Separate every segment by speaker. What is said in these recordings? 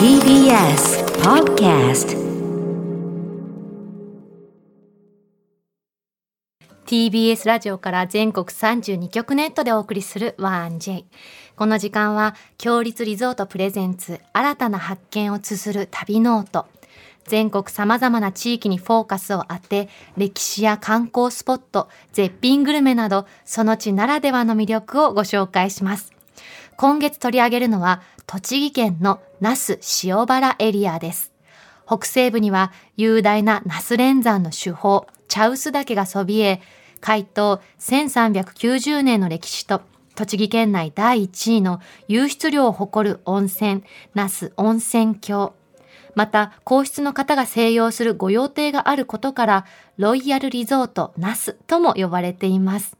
Speaker 1: TBS Podcast
Speaker 2: TBS ラジオから全国32局ネットでお送りする 1J この時間は強立リゾートプレゼンツ新たな発見を綴る旅ノート全国さまざまな地域にフォーカスを当て歴史や観光スポット絶品グルメなどその地ならではの魅力をご紹介します今月取り上げるのは栃木県の那須塩原エリアです北西部には雄大な那須連山の主峰茶臼岳がそびえ開湯1390年の歴史と栃木県内第1位の湧出量を誇る温泉那須温泉郷また皇室の方が静養する御用邸があることからロイヤルリゾート那須とも呼ばれています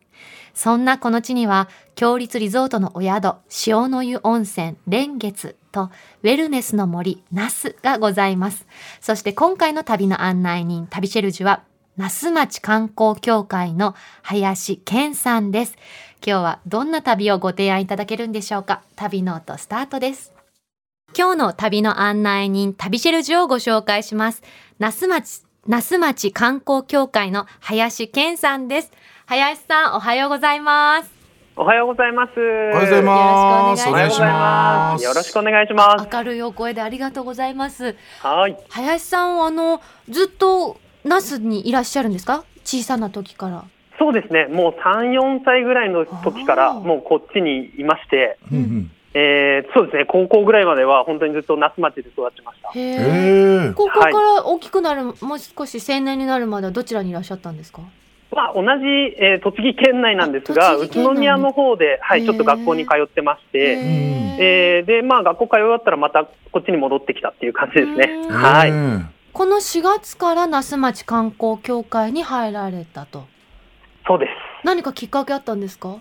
Speaker 2: そんなこの地には、強立リゾートのお宿、塩の湯温泉、蓮月と、ウェルネスの森、那須がございます。そして今回の旅の案内人、旅シェルジュは、那須町観光協会の林健さんです。今日はどんな旅をご提案いただけるんでしょうか。旅ノートスタートです。今日の旅の案内人、旅シェルジュをご紹介します。那須町、那須町観光協会の林健さんです。林さん、おはようございます。
Speaker 3: おはようございます。お
Speaker 4: おはようございます。
Speaker 2: よ
Speaker 3: お
Speaker 2: ろ
Speaker 3: はよう
Speaker 2: しくお
Speaker 3: ござい
Speaker 4: お願
Speaker 3: ま
Speaker 4: い
Speaker 3: す。
Speaker 4: し
Speaker 3: よろしくお願いします。
Speaker 2: 明るいお声でありがとうございます。
Speaker 3: はい。
Speaker 2: 林さん、あの、ずっと那須にいらっしゃるんですか小さな時から。
Speaker 3: そうですね。もう3、4歳ぐらいの時か
Speaker 2: あ
Speaker 3: ら、
Speaker 2: ー
Speaker 3: もうこっちにいまして、
Speaker 4: うんうん
Speaker 3: えー、そうですね。高校ぐらいまでは本当にずっと那須町で育ちました。
Speaker 2: へ
Speaker 4: へ
Speaker 2: え。
Speaker 4: え。
Speaker 2: 高校から大きくなる、もう少し青年になるまではどちらにいらっしゃったんですか
Speaker 3: まあ、同じ、えー、栃木県内なんですが、
Speaker 2: あ栃
Speaker 3: 宇
Speaker 2: 木県内
Speaker 3: 都宮の方で、は
Speaker 2: へ
Speaker 3: い、
Speaker 2: ー
Speaker 3: ちょっと学校に通ってまして、
Speaker 2: え。
Speaker 3: えー、で、まあ、学校通い終わったらまたこっちに戻ってきたっていう感じですね。
Speaker 2: うん
Speaker 3: はい。
Speaker 2: この4月から那須町観光協会に入られたと。
Speaker 3: そうです。
Speaker 2: 何かきっかけあったんですか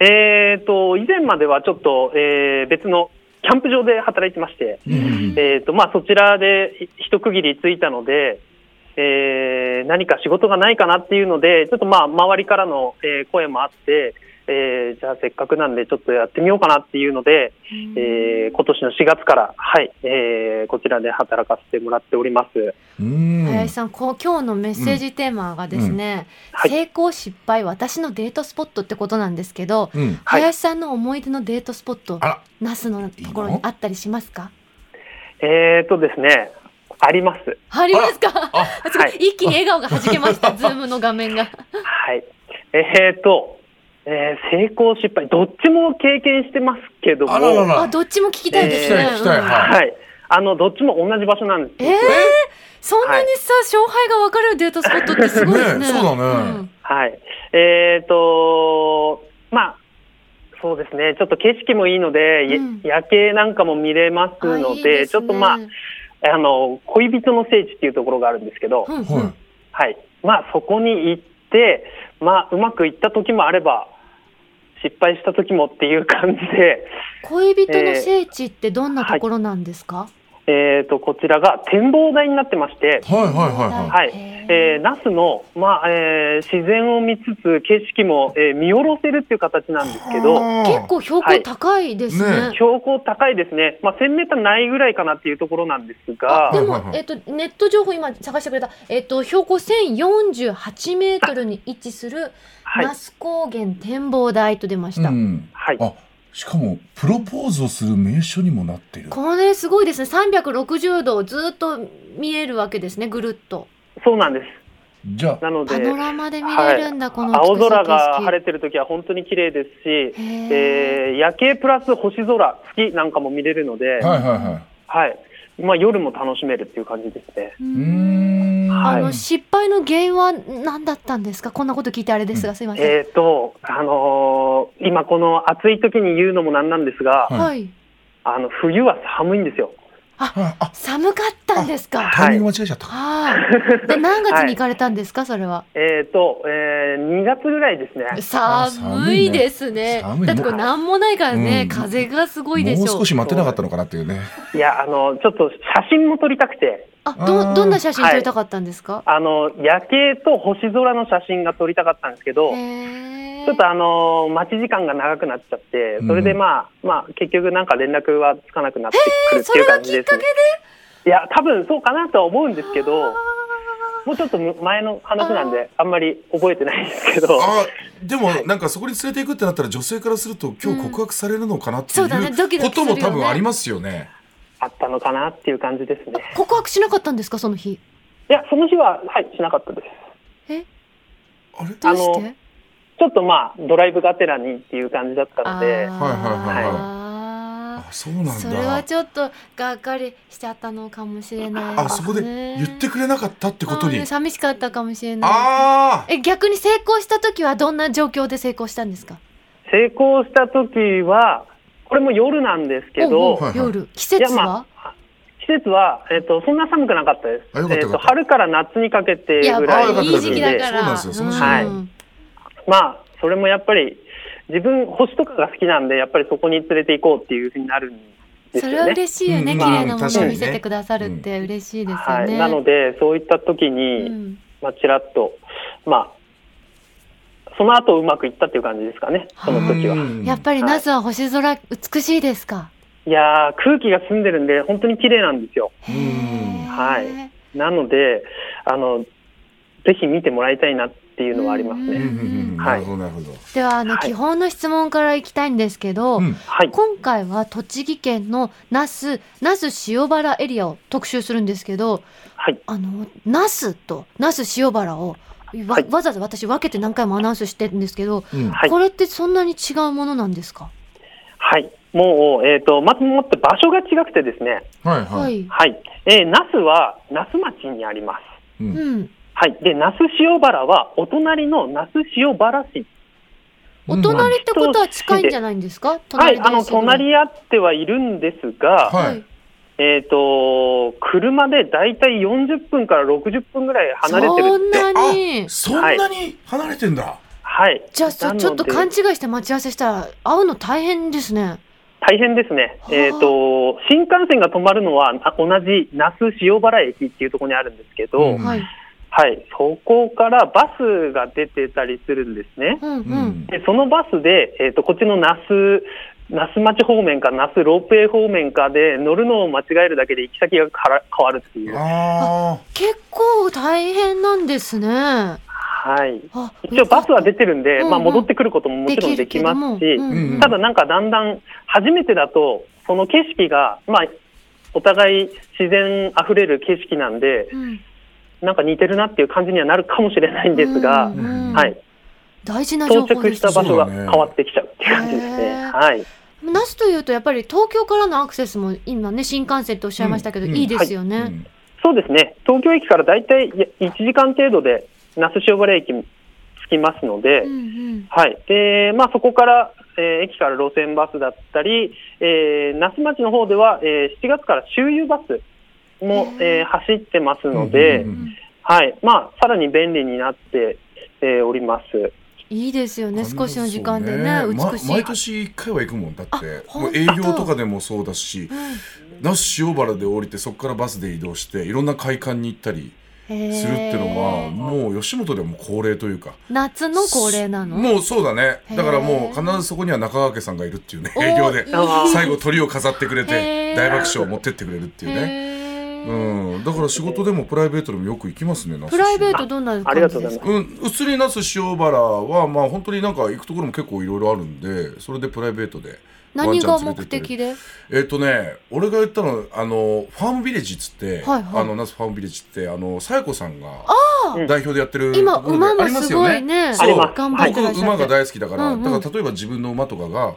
Speaker 3: えーと、以前まではちょっと、えー、別のキャンプ場で働いてまして、
Speaker 4: うんうん
Speaker 3: えーとまあ、そちらでい一区切りついたので、えー何か仕事がないかなっていうので、ちょっとまあ周りからの、えー声もあって、えーじゃあせっかくなんでちょっとやってみようかなっていうので、えー今年の4月から、はいえーこちらで働かせてもらっております。
Speaker 4: うん
Speaker 2: 林さん、こう今日のメッセージテーマがですね、
Speaker 3: はい
Speaker 2: 成功失敗私のデートスポットってことなんですけど、
Speaker 4: うん。
Speaker 3: はい
Speaker 2: 林さんの思い出のデートスポット
Speaker 4: あら。
Speaker 2: 那須のところにあったりしますか
Speaker 3: えーとですね、あります。
Speaker 2: ありますか
Speaker 4: あ
Speaker 2: すごい
Speaker 3: はい
Speaker 2: 一気に笑顔がはじけま した、ズームの画面が。
Speaker 3: はい。えーと、えー成功失敗、どっちも経験してますけども、
Speaker 4: あららら。
Speaker 2: あ、どっちも聞きたいですね。
Speaker 3: えー
Speaker 4: 聞きたい聞きた
Speaker 3: はい。あの、どっちも同じ場所なんです。
Speaker 2: うんえーそんなにさ、勝敗が分かれるデートスポットってすごいですね。
Speaker 4: ねそうだね
Speaker 2: ん
Speaker 3: はい。えーと、まあ、そうですね。ちょっと景色もいいので、い
Speaker 2: うん
Speaker 3: 夜景なんかも見れます
Speaker 2: あ
Speaker 3: の
Speaker 2: いい
Speaker 3: で、
Speaker 2: ですね
Speaker 3: ちょっとまあ、あの、恋人の聖地っていうところがあるんですけど
Speaker 2: う、んうん
Speaker 4: は
Speaker 3: はい。まあ、そこに行って、まあ、うまくいった時もあれば、失敗した時もっていう感じで、
Speaker 2: 恋人の聖地ってどんなところなんですか、
Speaker 3: えーと、こちらが展望台になってまして、
Speaker 4: い。はいはいはいは
Speaker 3: はいえー、那須の、まあえー自然を見つつ景色も、えー見下ろせるっていう形なんです
Speaker 4: い。
Speaker 3: けど
Speaker 4: はあ
Speaker 2: 結。構標高高いですね。
Speaker 4: はいね
Speaker 3: 標高高いですね、まあ、1000メーターないぐらいかなっていうところなんですが
Speaker 2: で
Speaker 4: あ
Speaker 2: も、
Speaker 4: はいはいはい
Speaker 2: えっ、と、ネット情報今探してくれた、えっ、と、標高1048メートルに位置する、
Speaker 3: はい
Speaker 2: 那、須高原展望台と出ました。
Speaker 4: うん。
Speaker 3: はい
Speaker 4: あ、しかもプロポーズをする名所にもなっている。
Speaker 2: これすごいですね。360度ずっと見えるわけですね、ぐるっと。
Speaker 3: そうなんです
Speaker 4: じゃあ。
Speaker 3: なの
Speaker 2: パ
Speaker 3: で
Speaker 2: ノラマで見れるんだ、この
Speaker 3: 青空が晴
Speaker 2: れ
Speaker 3: れてる時は本当に綺麗ですし、
Speaker 2: へー
Speaker 3: えー夜景プラス星空月なんかも見れるので、
Speaker 4: はいはいはい。
Speaker 3: はいまあ、夜も楽しめるっていう感じですね。
Speaker 2: う
Speaker 4: うー
Speaker 2: ん
Speaker 4: ん。
Speaker 2: あ
Speaker 3: は
Speaker 2: の
Speaker 3: い
Speaker 2: 失敗の原因は何だったんですかこんなこと聞いてあれですが、すいません。
Speaker 3: えーとあのー今この暑い時に言うのもなんなんですが、
Speaker 4: はい
Speaker 2: はい。
Speaker 3: あの冬は寒いんですよ。
Speaker 4: はいあ、
Speaker 2: 寒かったんですか
Speaker 4: タイミング間違えちゃった。
Speaker 2: はい。で、何月に行かれたんですか、それは。
Speaker 3: えっ、と、えー、2月ぐらいですね。
Speaker 2: 寒いですね。
Speaker 4: 寒いね
Speaker 2: だってこれ何もないからね、
Speaker 4: うん
Speaker 2: 風がすごいでしょ
Speaker 4: もう少し待ってなかったのかなっていうね。
Speaker 3: いや、あの、ちょっと写真も撮りたくて、
Speaker 2: あ、ど、どんな写真撮りたかったんですか、
Speaker 3: あの夜景と星空の写真が撮りたかったんですけ
Speaker 2: へ
Speaker 3: ど、
Speaker 2: ー
Speaker 3: ちょっとあのー待ち時間が長くなっちゃって、それでまあ、まあ結局なんか連絡はつかなくなってくるっ
Speaker 2: そ
Speaker 3: てい
Speaker 2: れ
Speaker 3: う
Speaker 2: が
Speaker 3: 感
Speaker 2: き
Speaker 3: じ
Speaker 2: っ
Speaker 3: で
Speaker 2: か
Speaker 3: す
Speaker 2: けで
Speaker 3: ね。いや、多分そうかなとは思うんですけど、もうちょっとむ前の話なんで、あんまり覚えてないですけど、
Speaker 4: あーでもなんかそこに連れていくってなったら女性からすると今日告白されるのかなってい
Speaker 2: そうだねドキ
Speaker 4: う
Speaker 2: ド
Speaker 4: こ
Speaker 2: キする
Speaker 4: と
Speaker 2: よね
Speaker 4: も多分ありますよね。
Speaker 3: あったのかなっていう感じですね。
Speaker 2: 告白しなかったんですかその日。
Speaker 3: いや、その日は、はい、しなかったです。
Speaker 4: あれ
Speaker 2: どうし
Speaker 3: あの
Speaker 2: て？
Speaker 3: ちょっとまあ、ドライブがてらにっていう感じだったので、
Speaker 2: ー
Speaker 4: はいはいはいはいあそうなんだ。
Speaker 2: それはちょっとがっかりしちゃったのかもしれないですね。
Speaker 4: あそこで言って
Speaker 2: く
Speaker 4: くれなかったってことに。
Speaker 2: 寂しかったかもしれない。
Speaker 4: ああ
Speaker 2: え逆に成功した時はどんな状況で成功したんですか？
Speaker 3: 成功した時は、これも夜なんですけ
Speaker 2: おうお
Speaker 3: ど
Speaker 2: う、
Speaker 4: はいはい
Speaker 2: 夜季節
Speaker 3: いや
Speaker 2: は
Speaker 3: ま？
Speaker 2: 季
Speaker 3: 季節は、えっとそんな寒くなかったで
Speaker 4: あ
Speaker 3: す、
Speaker 4: よかった
Speaker 3: えっ
Speaker 4: よ
Speaker 3: と
Speaker 4: かった
Speaker 3: 春から夏にかけて
Speaker 2: や
Speaker 3: ぐ
Speaker 2: っ
Speaker 3: ら
Speaker 2: ぱ
Speaker 3: い
Speaker 4: あよか
Speaker 3: の
Speaker 4: った
Speaker 2: りいい時期だか
Speaker 4: そうなん
Speaker 2: ら。
Speaker 4: ですよその
Speaker 3: 時期はい
Speaker 2: うん
Speaker 3: まあそれもやっぱり自分星とかが好きなんでやっぱりそこに連れて行こうっていうふうになるんです
Speaker 2: それは
Speaker 3: よね。
Speaker 2: 嬉しいよね。
Speaker 4: うん
Speaker 2: 綺麗なも
Speaker 4: まあ
Speaker 2: の
Speaker 4: 確
Speaker 2: を
Speaker 4: かにね
Speaker 2: 見せてくださるって嬉しいです
Speaker 3: は
Speaker 2: よ
Speaker 3: い、
Speaker 2: ね。
Speaker 3: なのでそういった時に、
Speaker 2: うん
Speaker 3: まあちらっとまあその後うまくいったっていう感じですかねその時は。
Speaker 4: うん
Speaker 2: やっぱり
Speaker 3: はい
Speaker 2: ナスは星空美しいですか？
Speaker 3: いやー空気が澄んでるんで本当に綺麗なんですよ。
Speaker 4: うん
Speaker 2: へー
Speaker 3: はいなのであのぜひ見てもらいたいなっていうのはあります
Speaker 4: うんう
Speaker 3: ね。
Speaker 4: んうんな
Speaker 3: はい
Speaker 4: るほどなるほど。
Speaker 2: ではあの、
Speaker 3: はい
Speaker 2: 基本の質問からいきたいんですけど、
Speaker 4: うん
Speaker 3: はい。
Speaker 2: 今回は栃木県の那須那須塩原エリアを特集するんですけど、
Speaker 3: はい
Speaker 2: あの那須と那須塩原をわ,、
Speaker 3: はい
Speaker 2: わざわざ私分けて何回もアナウンスしてるんですけど、
Speaker 4: うん
Speaker 3: はい
Speaker 2: これってそんなに違うものなんですか、
Speaker 3: はい。もう、えっ、と、まずもって場所が違くてですね。
Speaker 4: はい
Speaker 2: は
Speaker 4: はい。
Speaker 2: い、
Speaker 3: はい。えー、那須は、那須町にあります。
Speaker 4: うん
Speaker 2: うん、
Speaker 3: はい。で、那須塩原は、お隣の那須塩原市。
Speaker 2: お隣ってことは近いんじゃないんですか
Speaker 3: はい。
Speaker 2: 隣
Speaker 3: あの、
Speaker 2: ですよね
Speaker 3: 隣り合ってはいるんですが、
Speaker 4: はい
Speaker 3: えっ、と、車でだいたい40分から60分ぐらい離れて
Speaker 2: そ
Speaker 3: る。
Speaker 2: んなに
Speaker 4: そんなに離れてんだ。
Speaker 3: はい。
Speaker 2: じゃあそ
Speaker 3: なので
Speaker 2: ちょっと勘違いして待ち合わせしたら会うの大変ですね
Speaker 3: 大変ですね
Speaker 2: は。あ
Speaker 3: えっ、と、新幹線が止まるのは、あ同じ那須塩原駅っていうところにあるんですけど、
Speaker 4: うん
Speaker 2: はい
Speaker 3: はい。そこからバスが出てたりするんですね。
Speaker 2: うんうん、
Speaker 3: でそのバスで、えー、とこっちの那須那須町方面か那須ロープウェイ方面かで乗るのを間違えるだけで行き先がから変わるっていう、
Speaker 4: あ
Speaker 2: 結構大変なんですねあ
Speaker 3: はい、一応バスは出てるんで、
Speaker 2: うんうん
Speaker 3: まあ、戻ってくることももちろんできます
Speaker 2: できるけ
Speaker 3: し
Speaker 2: どもうん
Speaker 4: うん
Speaker 3: ただなんかだんだん初めてだとその景色が、まあ、お互い自然あふれる景色なんで
Speaker 2: うん
Speaker 3: なんか似てるなっていう感じにはなるかもしれないんですが、
Speaker 2: うん
Speaker 4: うん
Speaker 3: はい、
Speaker 2: 大事な情
Speaker 3: 到
Speaker 2: 報
Speaker 3: 着
Speaker 2: で
Speaker 3: し
Speaker 2: すね
Speaker 3: た場所が
Speaker 4: そうだ
Speaker 3: 変
Speaker 4: ね
Speaker 3: わってきちゃうっていう感じです
Speaker 2: へ
Speaker 3: ね。
Speaker 2: ー
Speaker 3: はい
Speaker 2: 那須というとやっぱり東京からのアクセスも今ね新幹線とおっしゃいましたけど、
Speaker 4: うんうん
Speaker 2: いいですよね、
Speaker 4: あ。うん
Speaker 3: そうですね、東京駅からだいたい1時間程度で那須塩原駅に着きますので、
Speaker 2: うんうん
Speaker 3: はいでまあ、そこから、えー駅から路線バスだったり、えー那須町の方では、えー7月から周遊バスも、
Speaker 2: へー
Speaker 3: えー走ってますの
Speaker 4: う
Speaker 3: で、
Speaker 4: んうん
Speaker 3: はいまあ、さらに便利になって、えーおります。
Speaker 2: いいですよね少しの時間でね
Speaker 4: ありますよ
Speaker 2: 美しい、
Speaker 4: ま毎年一回は行くもんだって
Speaker 2: あ
Speaker 4: もう営業とかでもそうだし那須塩原で降りてそこからバスで移動していろんな会館に行ったりするってのは
Speaker 2: へー
Speaker 4: もう吉本ではもう恒例というか
Speaker 2: 夏の恒例なの
Speaker 4: もうそうだね
Speaker 2: へー
Speaker 4: だからもう必ずそこには中川家さんがいるっていうね
Speaker 2: おー
Speaker 4: 営業で
Speaker 2: いい
Speaker 4: 最後鳥を飾ってくれ
Speaker 2: へ
Speaker 4: て
Speaker 2: ー
Speaker 4: 大爆笑を持ってってくれるっていうね
Speaker 2: へー
Speaker 4: うんだから仕事でもプライベートでもよく行きますね那須
Speaker 2: プライベートどんな
Speaker 3: あ
Speaker 2: 感
Speaker 3: りがと
Speaker 2: じです
Speaker 3: うござい
Speaker 2: か
Speaker 3: ま
Speaker 4: うん、うっすりなす塩原は、まあ、本当になんか行くところも結構いろいろあるんで、それでプライベートで。
Speaker 2: 何
Speaker 4: ワ
Speaker 2: が
Speaker 4: ンちゃん連れ
Speaker 2: 目
Speaker 4: てって
Speaker 2: 的で
Speaker 4: えっ、とね、俺が言ったの、あの、ファームビレッジっつって、
Speaker 2: はいはい
Speaker 4: あの、ナスファームビレッジって、あの、さやこさんが
Speaker 3: ー
Speaker 4: 代表でやってる
Speaker 2: 今
Speaker 4: ところで
Speaker 2: 馬もすごいね
Speaker 4: そう
Speaker 3: あります
Speaker 2: 頑張ってらっしゃ
Speaker 4: 僕馬
Speaker 2: って
Speaker 4: が大好きだから、
Speaker 2: うんうん
Speaker 4: だから例えば自分の馬とかが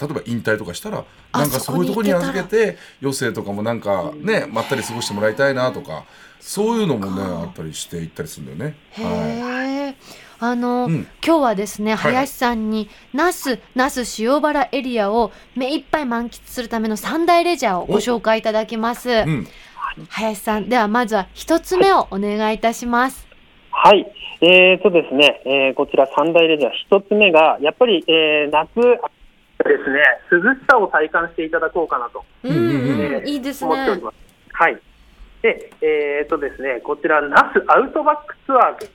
Speaker 4: 例えば引退とかしたら
Speaker 2: あ
Speaker 4: なんかそういうとこに
Speaker 2: そこに行
Speaker 4: 預
Speaker 2: けた
Speaker 4: けて余生とかもなんかねまったり過ごしてもらいたいなとかそういうのもね
Speaker 2: そっか
Speaker 4: あったりして行ったりするんだよね。は
Speaker 2: へえ。あの、
Speaker 4: うん
Speaker 2: 今日はですね、
Speaker 4: はい
Speaker 2: 林さんに那須那須塩原エリアを目いっぱい満喫するための三大レジャーをご紹介いただきます。
Speaker 4: い、うん、
Speaker 2: 林さん、ではまずは一つ目をお願いいたします。
Speaker 3: はい。えーとですね、えーこちら三大レジャー。一つ目が、やっぱり、えー夏ですね、涼しさを体感していただこうかなと
Speaker 2: うん、うん
Speaker 4: うん
Speaker 2: いいです
Speaker 3: 思ってお
Speaker 2: ね
Speaker 3: り。ます。はい。で、えーっとですね、こちら、那須アウトバックツアーズ。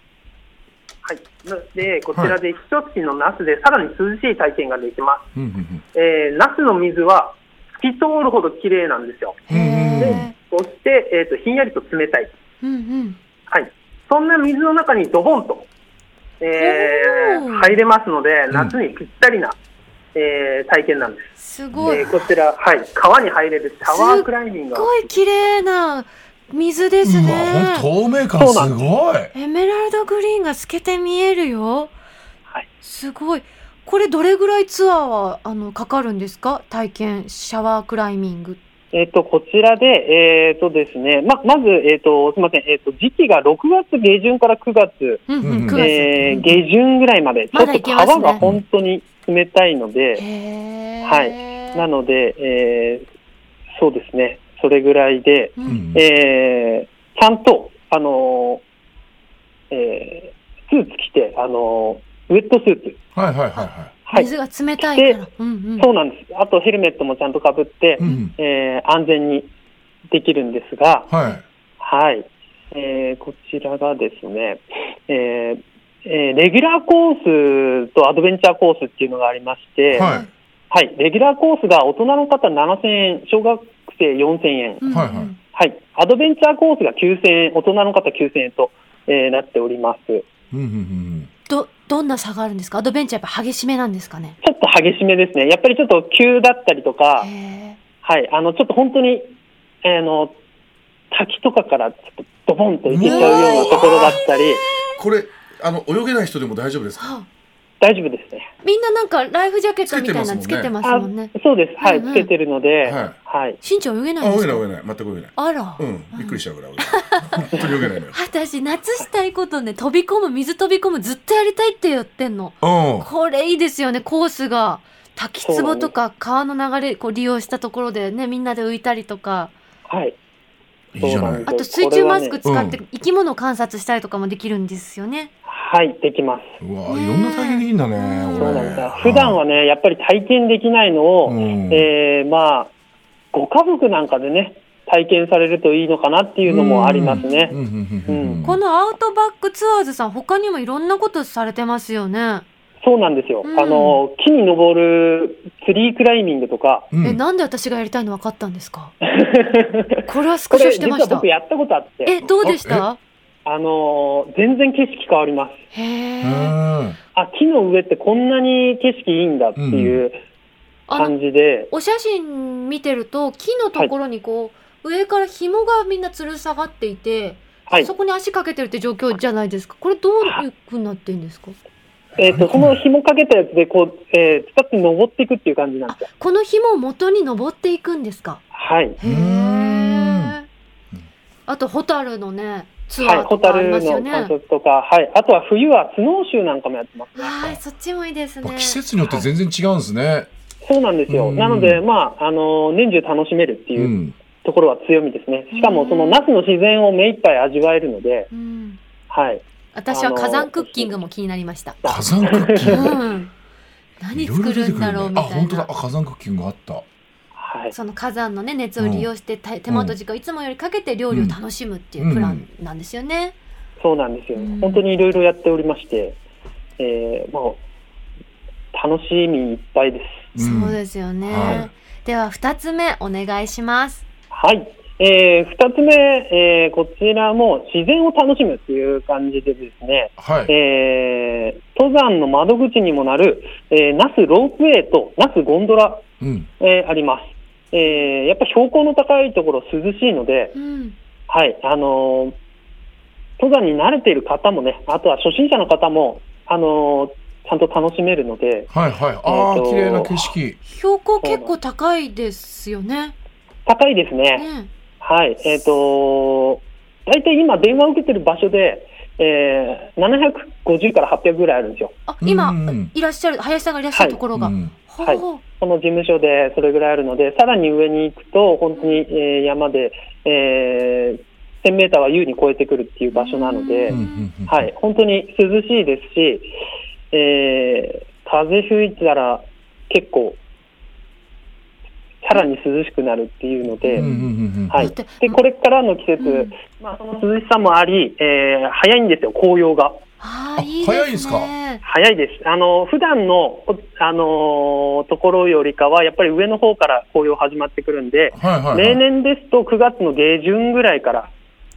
Speaker 3: はい。ので、こちらで、避暑地の那須で、さらに涼しい体験ができま
Speaker 4: うんうん
Speaker 3: す。えー、那須の水は、透き通るほど綺麗なんですよ。
Speaker 2: へえ。
Speaker 3: そして、えーっと、ひんやりと冷たい。
Speaker 2: うんうん。
Speaker 3: はい。そんな水の中にドボンと、え
Speaker 2: おー
Speaker 3: ー入れますので、
Speaker 4: ん
Speaker 3: 夏にぴったりな、えー体験なんです。
Speaker 2: すごい。
Speaker 3: え
Speaker 2: す
Speaker 3: ーこちら、はい、川に入れるタワークライミングが
Speaker 2: ごい綺麗な水で
Speaker 4: う
Speaker 2: す
Speaker 4: んうわ
Speaker 2: ね。
Speaker 4: ほんと透明感すごい
Speaker 2: エメラルドグリーンが透けて見えるよ。
Speaker 3: はい。
Speaker 2: すごい。これどれぐらいツアーはあのかかるんですか？体験シャワークライミング。
Speaker 3: えっと、こちらで、えっとですね、ま、まず、えっと、すみません、えっと、時期が6月下旬から9月、
Speaker 2: うん
Speaker 4: うん
Speaker 2: うん。
Speaker 4: うん
Speaker 2: 九月。
Speaker 3: えー下旬ぐらいまで、ちょ
Speaker 2: ま
Speaker 3: っ
Speaker 2: だい
Speaker 3: と
Speaker 2: けますね
Speaker 3: 川が本当に冷たいので、
Speaker 2: へー
Speaker 3: はいなので、えーそうですね、それぐらいで、
Speaker 2: う。
Speaker 4: うんん
Speaker 3: えーちゃんと、あのーえースーツ着て、あのーウェットスーツ。
Speaker 4: はいはいはいは
Speaker 3: はい。
Speaker 2: 水が冷たいから。うんうん。
Speaker 3: そうなんです。あとヘルメットもちゃんと被って
Speaker 4: い、うん
Speaker 3: えー安全にできるんですが、
Speaker 4: はい
Speaker 3: はい。えーこちらがですね、えーえーレギュラーコースとアドベンチャーコースっていうのがありまして、はい。
Speaker 4: はい
Speaker 3: レギュラーコースが大人の方7000円、小学生4000円。
Speaker 2: うんうん
Speaker 4: はいはい
Speaker 3: はい。アドベンチャーコースが9000円、大人の方9000円と、えーなっております。ち
Speaker 4: うんうんうん
Speaker 2: どどんな差があるんですか？アドベンチャーやっぱ激しめなんですかね？
Speaker 3: ょっと激しめですね。やっぱりちょっと急だったりとか
Speaker 2: へ、え。
Speaker 3: はい。あの、ちょっと本当に、あ、の、滝とかからちょっとドボンと行けちゃうようなところだったり、
Speaker 4: これあの泳げない人でも大丈夫ですか
Speaker 2: はあ
Speaker 3: 大丈夫ですね。
Speaker 2: みんななんかライフジャケットみたいなのつ
Speaker 4: つ
Speaker 2: け
Speaker 4: け
Speaker 2: て
Speaker 4: て
Speaker 2: ま
Speaker 4: ます
Speaker 2: もんね。
Speaker 3: あそうです。はい。
Speaker 2: うんうん
Speaker 3: つけてるので、
Speaker 4: はい
Speaker 3: はい。
Speaker 2: しんちゃん泳げないん
Speaker 4: あ
Speaker 2: で
Speaker 4: 泳げ
Speaker 2: す
Speaker 4: ない
Speaker 2: か
Speaker 4: 泳げない全く泳げない
Speaker 2: あら。
Speaker 4: うんびっくりしちゃうぐらい泳げない本当に泳げない のよ
Speaker 2: 私、夏したいことね、飛び込む、水飛び込む、ずっとやりたいって言ってんの。
Speaker 4: うん
Speaker 2: これいいですよね、コースが。滝壺とか川の流れこう利用したところでね、みんなで浮いたりとか。
Speaker 3: はい。
Speaker 4: いいじゃない
Speaker 2: あと水中マスク使って生き物を観察したりとかもできるんですよね。
Speaker 3: はい。できます。
Speaker 4: うわ
Speaker 2: ねえ
Speaker 4: いろんな体験できるんだね
Speaker 2: うん
Speaker 3: そう
Speaker 4: 俺
Speaker 3: なんですよ。普段はね、やっぱり体験できないのを、
Speaker 4: うん
Speaker 3: えーまあ、ご家族なんかでね、体験されるといいのかなっていうのもありますね。
Speaker 4: うんうんうんうん
Speaker 2: このアウトバックツアーズさん、他にもいろんなことされてますよね。
Speaker 3: そうなんですよ。
Speaker 2: うん
Speaker 3: あの、木に登るツリークライミング とか、
Speaker 4: うん
Speaker 2: え、なんで私がやりたいの分かったんですかこれはス
Speaker 3: こ
Speaker 2: クショ
Speaker 3: れ
Speaker 2: し
Speaker 3: 実
Speaker 2: てま
Speaker 3: は
Speaker 2: した
Speaker 3: 僕。やったことあって、
Speaker 2: え、どうでした
Speaker 3: あの、全然景色変わります。
Speaker 2: へ
Speaker 4: へ
Speaker 2: え。
Speaker 4: ー
Speaker 3: あ、木の上ってこんなに景色いいんだっていう
Speaker 2: あの
Speaker 3: 感じで、
Speaker 2: お写真見てると木のところにこう、上から紐がみんな吊る下がっていて、
Speaker 3: はい
Speaker 2: そ。こに足かけてるって状況じゃないですかこれどういうふうになってるんですか
Speaker 3: えっ、と、その紐かけたやつで、こう、えー、二つに登っていくっていう感じなんですよ。
Speaker 2: この紐を元に登っていくんですか
Speaker 3: はい。
Speaker 2: へ
Speaker 4: うー
Speaker 2: えあとホタルのねツ
Speaker 3: はい。
Speaker 2: アー
Speaker 3: ホ
Speaker 2: と
Speaker 3: タ
Speaker 2: かありま
Speaker 3: ル
Speaker 2: すよ
Speaker 3: の
Speaker 2: ね、
Speaker 3: 観察とか、はい。あとは冬はスノーシューなんかもやってます。
Speaker 2: はい、そっちもいいです
Speaker 4: やっ
Speaker 2: ね
Speaker 4: ぱ季節によって全然違うんですね
Speaker 3: そうなんですよ。
Speaker 4: うん
Speaker 3: なので、まあ、あの、年中楽しめるって
Speaker 4: う
Speaker 3: いうんところは強みですね。しか
Speaker 2: う
Speaker 3: も、
Speaker 2: ん
Speaker 3: その夏の自然を目いっぱい味わえるので、
Speaker 2: うん、
Speaker 3: はい。
Speaker 2: 私は火山クッキングも気になりま した、
Speaker 4: 火山クッキ
Speaker 2: う
Speaker 4: ング
Speaker 2: ん、何
Speaker 4: いろい
Speaker 2: 作
Speaker 4: ろ出
Speaker 2: る
Speaker 4: て
Speaker 2: ん
Speaker 4: くね
Speaker 2: だろうみ
Speaker 4: あ
Speaker 2: たいな
Speaker 4: 本当だあ火山クッキングあった
Speaker 3: はい。
Speaker 2: その火山のね熱を利用してた手元時間をいつもよりかけて料理を楽しむっていうプランなんですよね。
Speaker 3: そうなんですよ
Speaker 2: うん。
Speaker 3: 本当にいろいろやっておりまして、えー、もう、楽しみいっぱいです。
Speaker 4: うん
Speaker 2: そうですよね。
Speaker 4: は
Speaker 2: では二つ目お願いします。
Speaker 3: はい。えー、二つ目、えー、こちらも自然を楽しむっていう感じでですね、
Speaker 4: はい
Speaker 3: えー、登山の窓口にもなる、えー、那須ロープウェイと那須ゴンドラ
Speaker 4: うん
Speaker 3: えーあります。えーやっぱ標高の高いところ涼しいので、
Speaker 2: うん。
Speaker 3: はい、あのー登山に慣れている方もね、あとは初心者の方も、あのーちゃんと楽しめるので、
Speaker 4: はいはいああ
Speaker 3: えーと
Speaker 4: 綺麗な景色
Speaker 2: 標高結構高いですよね。
Speaker 3: 高いですね。
Speaker 2: ね。
Speaker 3: はい、えっ、と大体今電話を受けてる場所で、えー750から800ぐらいあるんですよ。
Speaker 2: あ今
Speaker 4: うん
Speaker 2: いらっしゃる林さんがいらっしゃるところが。
Speaker 4: うん
Speaker 2: ほう
Speaker 3: はいこの事務所でそれぐらいあるので、さらに上に行くと、本当に、えー山で、えー1000メーターは優に超えてくるっていう場所なので、
Speaker 4: うんうんうん
Speaker 3: はい、本当に涼しいですし、えー風吹いたら結構さらに涼しくなるっていうので、
Speaker 4: うんうんうんうん
Speaker 3: はい、でこれからの季節、まあ、その涼しさもあり、えー早いんですよ、紅葉が。
Speaker 2: あ
Speaker 4: あ
Speaker 2: あ、いいですね。
Speaker 4: 早いんすか
Speaker 3: 早いです。あの普段の、おあのーところよりかは、やっぱり上の方から紅葉始まってくるんで、
Speaker 4: はいはい、はい。
Speaker 3: 例年ですと9月の下旬ぐらいから、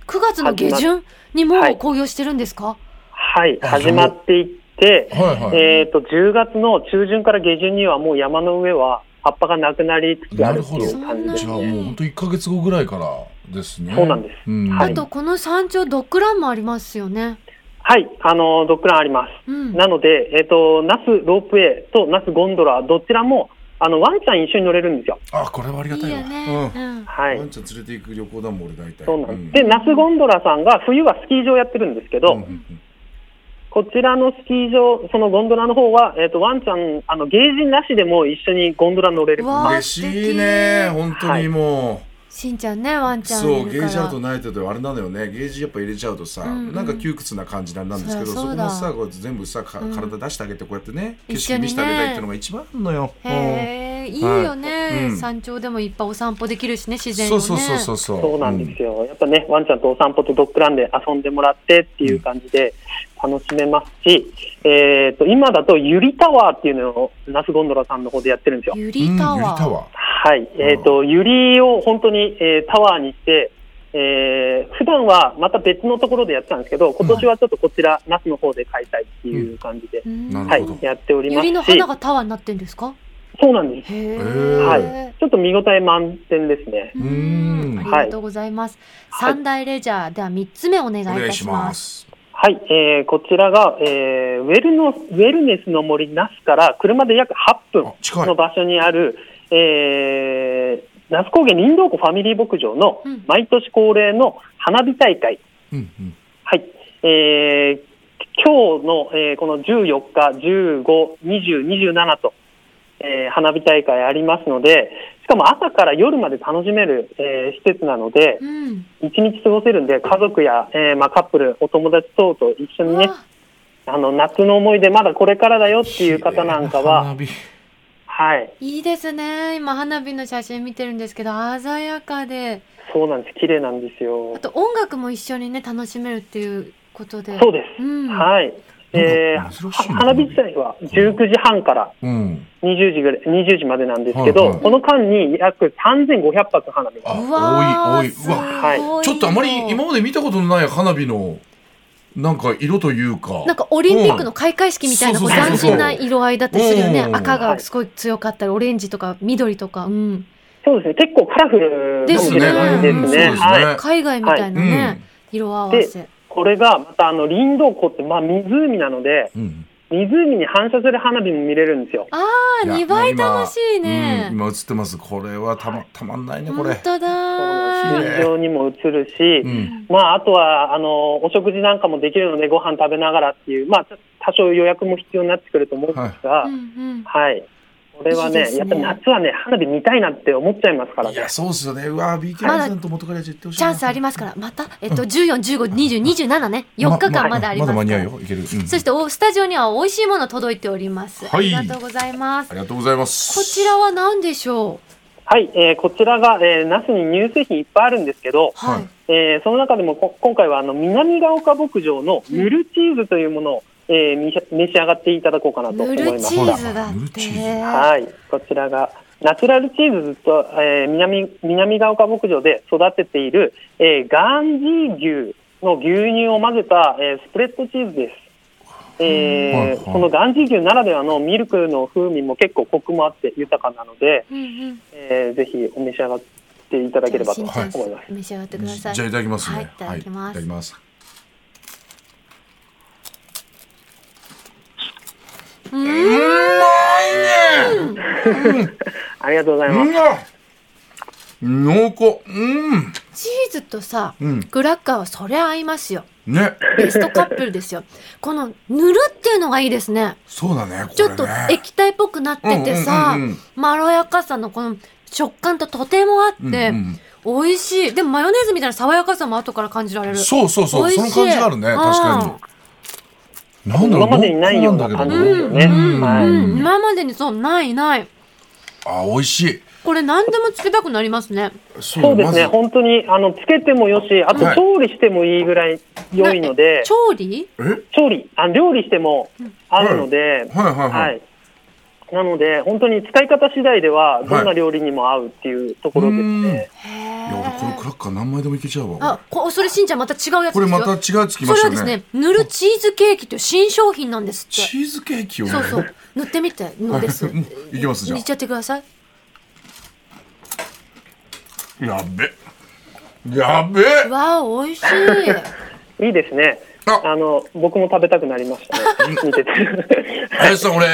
Speaker 2: 9月の下旬にもう
Speaker 3: はい
Speaker 2: 紅葉してるんですか、
Speaker 3: はい、
Speaker 4: あ
Speaker 3: 始まっていって、
Speaker 4: はいはい。
Speaker 3: えー、と10月の中旬から下旬にはもう山の上は葉っぱがなくなりつつあるっていう感じで
Speaker 4: じ
Speaker 3: す
Speaker 4: ゃあも
Speaker 3: ね。
Speaker 4: う本当一ヶ月後ぐらいからですね。
Speaker 3: そうなんです
Speaker 4: うん
Speaker 3: はい
Speaker 2: あとこの山頂ドッグランもありますよね。
Speaker 3: はい、あのドッグランあります。
Speaker 2: うん。
Speaker 3: なので、えっ、と、那須ロープウェイと那須ゴンドラ、どちらも、あの、ワンちゃん一緒に乗れるんですよ。
Speaker 4: あこれはあり
Speaker 2: い
Speaker 4: がた
Speaker 2: い
Speaker 4: いわ。
Speaker 2: よね。うん。
Speaker 3: は
Speaker 4: ワン
Speaker 3: い。
Speaker 4: ちゃん連れて行く旅行だもん俺大体。
Speaker 3: そうなんです。で、那須ゴンドラさんが、冬はスキー場やってるんですけど、
Speaker 4: うんうんうん
Speaker 3: こちらのスキー場、そのゴンドラの方は、えっ、と、ワンちゃん、あの、ゲージなしでも一緒にゴンドラ乗れる。
Speaker 2: うわあ
Speaker 4: 嬉しいね
Speaker 2: 素
Speaker 4: 本当にもう、
Speaker 2: しんちゃんね、ワンちゃんいる
Speaker 4: そう
Speaker 2: から。
Speaker 4: ゲージあるとないとであれなのよねゲージやっぱ入れちゃうとさ、
Speaker 2: うんうん
Speaker 4: なんか窮屈な感じなんですけど
Speaker 2: そりゃそう
Speaker 4: そこ
Speaker 2: だ
Speaker 4: もさこうやって全部さか
Speaker 2: うん
Speaker 4: 体出してあげてこうやってね景
Speaker 2: 一緒
Speaker 4: 色
Speaker 2: にね
Speaker 4: 見せてあげたいっていうのが一番あんのよ。うん
Speaker 2: へえ、いいよね、
Speaker 4: うん
Speaker 2: 山頂でもいっぱいお散歩できるしね、自然を
Speaker 4: そ
Speaker 2: ね。
Speaker 4: うそうそうそうそう。
Speaker 3: そうなんですよ、やっぱね、ワンちゃんとお散歩とドッグランで遊んでもらってっていう感じで楽しめますし、えっ、と、今だと、ゆりタワーっていうのを、那須ゴンドラさんの方でやってるんですよ。
Speaker 2: ゆ
Speaker 4: うん。
Speaker 2: りタ
Speaker 4: うんゆり
Speaker 2: ワ
Speaker 4: タ
Speaker 2: ー。
Speaker 4: ワー。
Speaker 3: はい、えっ、と、ユリを本当に、えータワーにして、えー普段はまた別のところでやってたんですけど、今年はちょっとこちら、那須の方で開催っていう感じで、
Speaker 2: うん
Speaker 4: なるほど
Speaker 3: はい、やっておりま
Speaker 2: ゆ
Speaker 3: す
Speaker 2: りの
Speaker 3: し
Speaker 2: 花、がタワーになってんですか
Speaker 3: そうなんです。
Speaker 2: へえ、
Speaker 4: はい
Speaker 3: ちょっと見応え満点ですね。
Speaker 2: う。
Speaker 4: うんん
Speaker 2: ありがとうございます。
Speaker 3: はい
Speaker 2: 三大レジャーでは三つ目お願いい
Speaker 4: お願
Speaker 2: た
Speaker 4: い
Speaker 2: し
Speaker 4: し
Speaker 2: ま。
Speaker 4: ますす。
Speaker 3: はい、えーこちらが、えーウェルの、ウェルネスの森那須から車で約8分
Speaker 4: あ近い
Speaker 3: の。場所にある、えー那須高原林道湖ファミリー牧場の
Speaker 2: うん
Speaker 3: 毎年恒例の花火大会。
Speaker 4: うんうん。
Speaker 3: はい。えー今日の、えーこの14日、15、20、27と、えー花火大会ありますので、しかも朝から夜まで楽しめる、えー施設なので、
Speaker 2: うん。
Speaker 3: 一日過ごせるんで、家族や、えーまあ、カップル、お友達等と一緒にね
Speaker 2: う、わ
Speaker 3: あの、夏の思い出、まだこれからだよっていう方なんかは、
Speaker 4: 綺麗な花火
Speaker 3: はい、
Speaker 2: いいですね。今花火の写真見てるんですけど、鮮やかで、
Speaker 3: そうなんです、綺麗なんですよ
Speaker 2: あ。と音楽も一緒にね楽しめるっていうことで。
Speaker 3: そうです。
Speaker 2: うん。
Speaker 3: はい。え
Speaker 4: なんか
Speaker 3: ー
Speaker 4: 珍しいな
Speaker 3: 花火自体は19時半から
Speaker 4: うん。
Speaker 3: 20時ぐらい、20時までなんですけど、
Speaker 4: はいはい
Speaker 3: この間に約3500発花火が。
Speaker 4: あ
Speaker 2: うわ
Speaker 4: 多
Speaker 2: ー
Speaker 4: い多い。うわ
Speaker 2: すごい
Speaker 4: ちょっとあまり今まで見たことのない花火のなんか色というか。
Speaker 2: なんかオリンピックの開会式みたいな、
Speaker 4: うん
Speaker 2: こう
Speaker 4: そうそう
Speaker 3: そ
Speaker 2: 斬
Speaker 3: うそ
Speaker 2: 新
Speaker 3: う
Speaker 2: な色合いだったりするよね。
Speaker 4: うん
Speaker 2: 赤がすごい強かったり、オレンジとか緑とか、うん。
Speaker 3: そうですね、結構カラフルか
Speaker 4: で
Speaker 3: も
Speaker 4: す
Speaker 3: し
Speaker 4: ね。
Speaker 3: れないで
Speaker 4: うんそう
Speaker 3: す
Speaker 4: で
Speaker 3: ね。
Speaker 4: すね。
Speaker 3: はい。
Speaker 2: 海外みたいなね、
Speaker 4: はいうん
Speaker 2: 色合わせ。
Speaker 3: これが、またあの、林道湖って、まあ湖なので、
Speaker 4: うん。
Speaker 3: 湖に反射する花火も見れるんですよ。
Speaker 2: あ、
Speaker 4: いや
Speaker 2: 2倍楽しいね
Speaker 4: うん。今映ってます。これはたまたまんないねこ
Speaker 2: 本
Speaker 4: れ。
Speaker 2: 当だー。
Speaker 3: 非常にも映るし、
Speaker 4: うん。
Speaker 3: まあ、あとは、あの、お食事なんかもできるので、ご飯食べながらっていう、まあ、多少予約も必要になってくると思うんですが、
Speaker 2: う
Speaker 3: はい。
Speaker 2: んうん。
Speaker 3: これはい
Speaker 2: い
Speaker 3: ね
Speaker 2: ですね
Speaker 3: やっぱり夏はね、花火見たいなって思っちゃいますから
Speaker 4: い
Speaker 3: ね
Speaker 4: や。そうっすよね。うわ BK
Speaker 2: まだ
Speaker 4: さんと元からじゃ行ってほしい
Speaker 2: チ
Speaker 4: な。
Speaker 2: ャンスありますから、また、えっと、14、15、20、27ね、4日間まだありますから。
Speaker 4: まだ間に合うよ。いける。うん
Speaker 2: そして、おスタジオには美味しいもの届いております。
Speaker 4: はい
Speaker 2: ありがとうございます
Speaker 4: あ。りがとうございま
Speaker 2: こ
Speaker 4: す。
Speaker 2: ちらは何でしょう
Speaker 3: はい、えーこちらが、えー、那須に乳製品いっぱいあるんですけど、
Speaker 2: は
Speaker 4: はいい。
Speaker 3: えーその中でもこ今回は、あの、南ヶ丘牧場のヌルチーズというものを、えー召し召し上がっていただこうかなと思
Speaker 2: ぬ
Speaker 3: い
Speaker 2: る
Speaker 3: ま
Speaker 2: チ
Speaker 3: す。
Speaker 2: ーズだ
Speaker 4: ぬる
Speaker 2: っ
Speaker 4: チーズ
Speaker 2: て。
Speaker 3: はい、こちらが、ナチュラルチーズズと、えー南南ヶ丘牧場で育てている、えーガンジー牛の牛乳を混ぜた、えースプレッドチーズです。えー
Speaker 4: はいはい
Speaker 3: このガンジー牛ならではのミルクの風味も結構コクもあって豊かなので、
Speaker 2: うんうん。
Speaker 3: えーぜひお召し上がっていただければと
Speaker 2: 新
Speaker 3: 思い
Speaker 2: ちゃん
Speaker 3: ます。
Speaker 2: 召し上がってください。
Speaker 4: じゃあいただきますね。
Speaker 2: はい、いただきます。
Speaker 4: はいいただきます。
Speaker 2: うん
Speaker 4: うまいね。
Speaker 3: ありがとうございます。
Speaker 4: うん。濃厚。うん。
Speaker 2: チーズとさ、
Speaker 4: うん。
Speaker 2: クラッカーはそりゃ合いますよ。
Speaker 4: ね。
Speaker 2: ベストカップルですよ。このぬるっていうのがいいですね。
Speaker 4: そうだね。これね
Speaker 2: ちょっと液体っぽくなっててさ、
Speaker 4: うんうんうんうん
Speaker 2: まろやかさのこの食感ととてもあって、
Speaker 4: うん
Speaker 2: 美味しい。でもマヨネーズみたいな爽やかさも後から感じられ
Speaker 4: う
Speaker 2: る。
Speaker 4: んそうそうそう。
Speaker 2: 美味
Speaker 4: その
Speaker 2: しい
Speaker 4: 感じがあるね。確かに。なんだろう。
Speaker 3: 今までにないような
Speaker 4: 濃厚んだけど
Speaker 3: 感じですよね。
Speaker 4: うん
Speaker 3: はい
Speaker 2: うん、今までにそうないない。
Speaker 4: あ、美味しい。
Speaker 5: これ何でもつけたくなりますね。
Speaker 4: そ
Speaker 3: そうですね、
Speaker 4: まず
Speaker 3: 本当にあのつけてもよし、あと
Speaker 4: はい
Speaker 3: 調理してもいいぐらい良いので、
Speaker 5: 調理？
Speaker 4: え
Speaker 3: 調理あ、料理しても合うので、
Speaker 4: はいはいはい
Speaker 3: はいなので、本当に使い方次第では、どんな料理にも合うっていうところですね。
Speaker 4: うん
Speaker 5: へ
Speaker 4: いや俺この
Speaker 5: え。
Speaker 4: クラッカー何枚でもいけちゃうわ
Speaker 5: あ、こそれしんちゃんまた違うやつですよ。
Speaker 4: これまた違うつき
Speaker 5: そ
Speaker 4: ま
Speaker 5: れは
Speaker 4: した
Speaker 5: ですね
Speaker 4: ね、
Speaker 5: 塗るチーズケーキという新商品なんですって。
Speaker 4: チーズケーキをね
Speaker 5: そうそう。塗ってみてのです。
Speaker 4: も ういきますじゃ
Speaker 5: 塗っちゃってください。
Speaker 4: あやべやべ
Speaker 5: わあ、美味しい。
Speaker 3: いいですね。
Speaker 4: あ
Speaker 3: あの僕も食べたくなりましたね。見てて。
Speaker 4: 林さん俺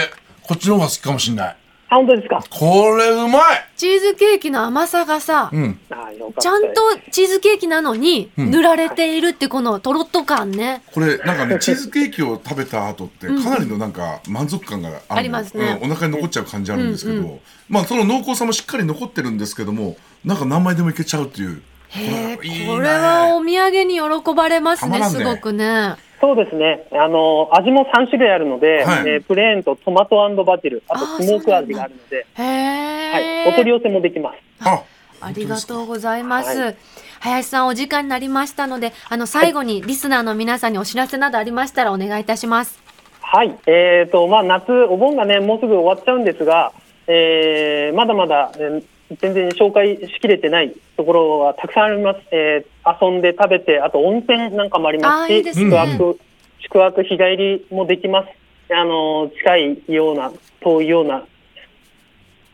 Speaker 4: こっちの方が好きかもしんない
Speaker 3: あ本当ですか。
Speaker 4: これうまい
Speaker 5: チーズケーキの甘さがさ、
Speaker 4: うん
Speaker 3: あよかった。
Speaker 5: ちゃんとチーズケーキなのに塗られているってこのトロッと感ね。
Speaker 4: これな んかねチーズケーキを食べた後ってかなりのなんか満足感があるの
Speaker 5: ありますね
Speaker 4: うんお腹に残っちゃう感じあるんですけど、まあその濃厚さもしっかり残ってるんですけどもなんか何枚でもいけちゃうっていう
Speaker 5: へえ、こ
Speaker 4: いいね
Speaker 5: れはお土産に喜ばれます
Speaker 4: たま
Speaker 5: ね、
Speaker 4: らんね
Speaker 5: すごくね。
Speaker 3: そうですね。あの味も3種類あるので、
Speaker 4: はい
Speaker 3: えープレーンとトマトバジル、あ
Speaker 5: あー
Speaker 3: とスモーク味があるので、
Speaker 5: へ
Speaker 3: はい、お取り
Speaker 5: え。
Speaker 3: 寄せもできます。
Speaker 4: あ
Speaker 5: ありがとう
Speaker 4: う
Speaker 5: ございま
Speaker 3: は
Speaker 5: す。林さん、お時間になりましたので、あの、最後にリスナーの皆さんにお知らせなどありましたらお願いいたします。
Speaker 3: はい。えっ、とまあ夏お盆がねもうすぐ終わっちゃうんですが、えーまだまだ、えー全然紹介しきれてないところはたくさんあります。えー遊んで食べてあと温泉なんかもありま
Speaker 5: あ
Speaker 3: す
Speaker 5: ーい
Speaker 3: し、
Speaker 5: いですね
Speaker 3: 宿泊宿泊日帰りもできます。あの近いような遠いような。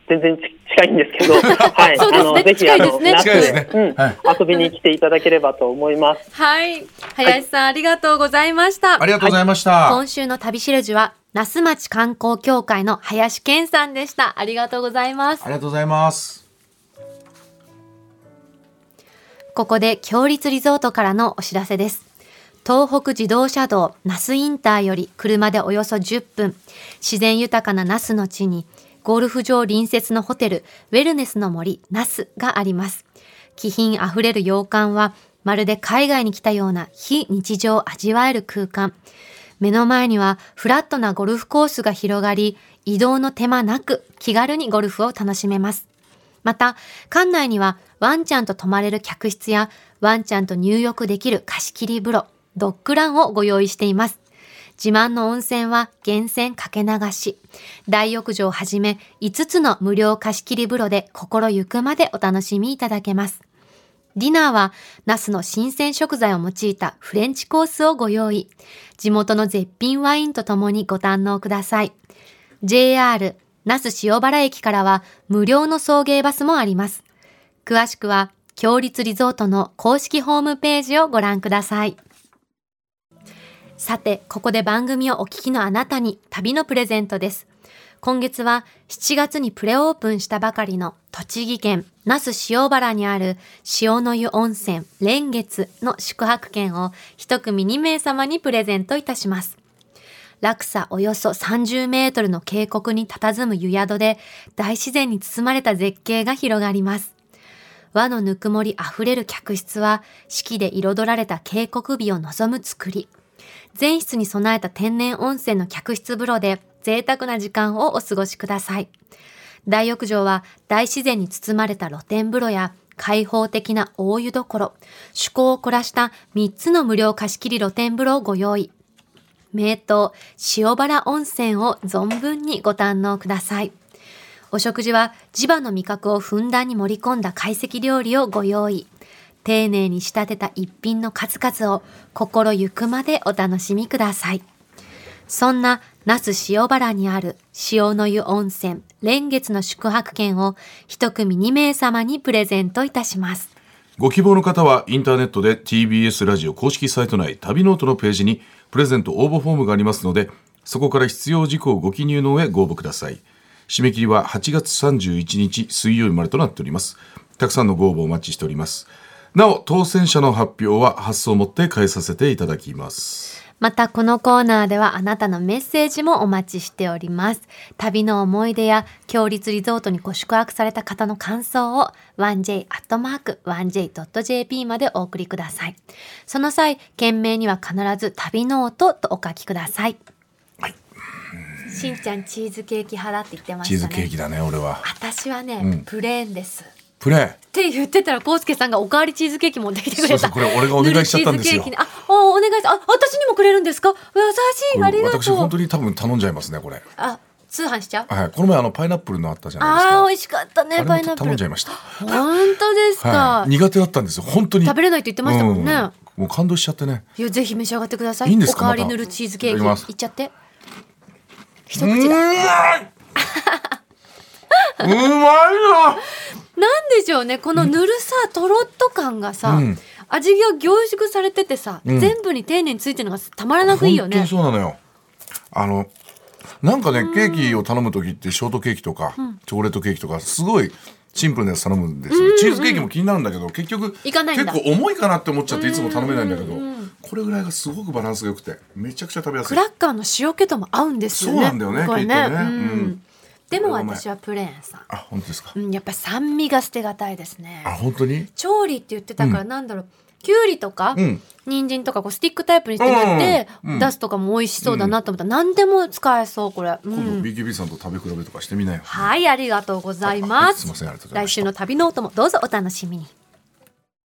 Speaker 3: 全然ち近いんです けど、はい、
Speaker 5: そうですね
Speaker 3: あのぜひ
Speaker 5: 近
Speaker 3: あ
Speaker 5: いで
Speaker 3: の
Speaker 5: すね
Speaker 3: 夏
Speaker 4: 近いですね
Speaker 3: うん
Speaker 4: はい
Speaker 3: 遊びに来ていただければと思います。
Speaker 5: はい。林さん、ありがとうございました。
Speaker 4: ありがとうございました、
Speaker 2: 今週の旅しるじは、那須町観光協会の林健さんでした。ありがとうございます
Speaker 4: あ。りがとうございます
Speaker 2: ここで、強立リゾートからのお知らせです。東北自動車道那須インターより車でおよそ10分、自然豊かな那須の地に、ゴルフ場隣接のホテル、ウェルネスの森那須があります。気品あふれる洋館は、まるで海外に来たような非日常を味わえる空間。目の前にはフラットなゴルフコースが広がり、移動の手間なく気軽にゴルフを楽しめます。また、館内にはワンちゃんと泊まれる客室やワンちゃんと入浴できる貸し切り風呂、ドッグランをご用意しています。自慢の温泉は源泉かけ流し。大浴場をはじめ5つの無料貸し切り風呂で心ゆくまでお楽しみいただけます。ディナーは、ナスの新鮮食材を用いたフレンチコースをご用意。地元の絶品ワインとともにご堪能ください。JR 那須塩原駅からは無料の送迎バスもあります。詳しくは、強立リゾートの公式ホームページをご覧ください。さて、ここで番組をお聞きのあなたに旅のプレゼントです。今月は7月にプレオープンしたばかりの栃木県那須塩原にある塩の湯温泉蓮月の宿泊券を一組2名様にプレゼントいたします。落差およそ30メートルの渓谷に佇む湯宿で大自然に包まれた絶景が広がります。和のぬくもりあふれる客室は四季で彩られた渓谷美を望む作り。全室に備えた天然温泉の客室風呂で贅沢な時間をお過ごしください。大浴場は大自然に包まれた露天風呂や開放的な大湯どころ、趣向を凝らした3つの無料貸し切り露天風呂をご用意。名湯塩原温泉を存分にご堪能ください。お食事は地場の味覚をふんだんに盛り込んだ懐石料理をご用意。丁寧に仕立てた一品の数々を心ゆくまでお楽しみください。そんな那須塩原にある塩の湯温泉蓮月の宿泊券を一組2名様にプレゼントいたします。
Speaker 6: ご希望の方はインターネットで TBS ラジオ公式サイト内旅ノートのページにプレゼント応募フォームがありますのでそこから必要事項をご記入の上ご応募ください締め切りは8月31日水曜日までとなっておりますたくさんのご応募お待ちしておりますなお当選者の発表は発送をもって返させていただきます
Speaker 2: またこのコーナーではあなたのメッセージもお待ちしております。旅の思い出や強立リゾートにご宿泊された方の感想を 1j.1j.jp までお送りください。その際、件名には必ず旅ノートとお書きください。しんちゃんチーズケーキ派だって言ってま
Speaker 4: チー
Speaker 2: し
Speaker 4: ズ
Speaker 2: た
Speaker 4: ケー
Speaker 2: ね
Speaker 4: キだね俺は
Speaker 2: 私はね、
Speaker 4: うん
Speaker 2: プレーンですっ
Speaker 4: プレ
Speaker 2: て言ってたらコウスケさんがおかわりチーズケーキ持ってきてく
Speaker 4: そ
Speaker 2: れ
Speaker 4: うそ
Speaker 2: た
Speaker 4: うこれ俺がお願いしちゃったんですよ
Speaker 2: ぬるチーズケーキねあおお願いしあ私にもくれるんですか優し
Speaker 4: イ
Speaker 2: いありがとう
Speaker 4: 私本当に多分頼んじゃいますねこれ
Speaker 2: あ通販しちゃう
Speaker 4: はいこの前あのパイナップルのあったじゃないですか
Speaker 2: あー美味しかったねパ
Speaker 4: あ
Speaker 2: イ
Speaker 4: れ
Speaker 2: ナ
Speaker 4: も
Speaker 2: ップ
Speaker 4: 頼んじゃ
Speaker 2: ル
Speaker 4: いました
Speaker 2: 本当ですか、
Speaker 4: はい苦手だったんですよ本当に
Speaker 2: 食べれないと言ってましたもんね、
Speaker 4: うんもう感動しちゃってね
Speaker 2: いやぜひ召し上がってください
Speaker 4: いいんです
Speaker 2: お
Speaker 4: か
Speaker 2: かわり
Speaker 4: また
Speaker 2: ぬるチーズケー
Speaker 4: い
Speaker 2: キ
Speaker 4: ただきます
Speaker 2: いっちゃって一
Speaker 4: う
Speaker 2: 口だなん
Speaker 4: まいうまいよ
Speaker 2: でしょうねこのぬるさとろっと感がさ、
Speaker 4: うん
Speaker 2: 味が凝縮されててさ、
Speaker 4: うん
Speaker 2: 全部に丁寧についてるのがたまらなくいいよ
Speaker 4: 本当
Speaker 2: ね
Speaker 4: にそうなのよあのなんかねケーキを頼む時ってショートケーキとか、チョコレートケーキとかすごいシンプルなやつ頼むんですよ、チーズケーキも気になるんだけど結局
Speaker 2: いかないんだ
Speaker 4: 結構重いかなって思っちゃっていつも頼めないんだけどこれぐらいがすごくバランスが良くてめちゃくちゃ食べやす
Speaker 2: ク
Speaker 4: い
Speaker 2: ラッカーの塩気とも合うんですよね
Speaker 4: そうなんだよね
Speaker 2: これね
Speaker 4: きっとね
Speaker 2: うん
Speaker 4: うん
Speaker 2: でも私はプレーンさん
Speaker 4: あ本当ですか、
Speaker 2: うんやっぱ酸味が捨てがたいですね
Speaker 4: あ本当に
Speaker 2: 調理って言ってたからなんだろう、きゅうりとか、
Speaker 4: うん
Speaker 2: 人参とかこうスティックタイプにして塗って
Speaker 4: うんうん
Speaker 2: 出すとかも美味しそうだなと思った、何でも使えそうこれ、うん
Speaker 4: 今度 BKB さんと食べ比べとかしてみなよ、
Speaker 2: はいありがとうございます
Speaker 4: あすいませんありがとうござ
Speaker 2: 来
Speaker 4: いました
Speaker 2: 週の旅ノートもどうぞお楽しみに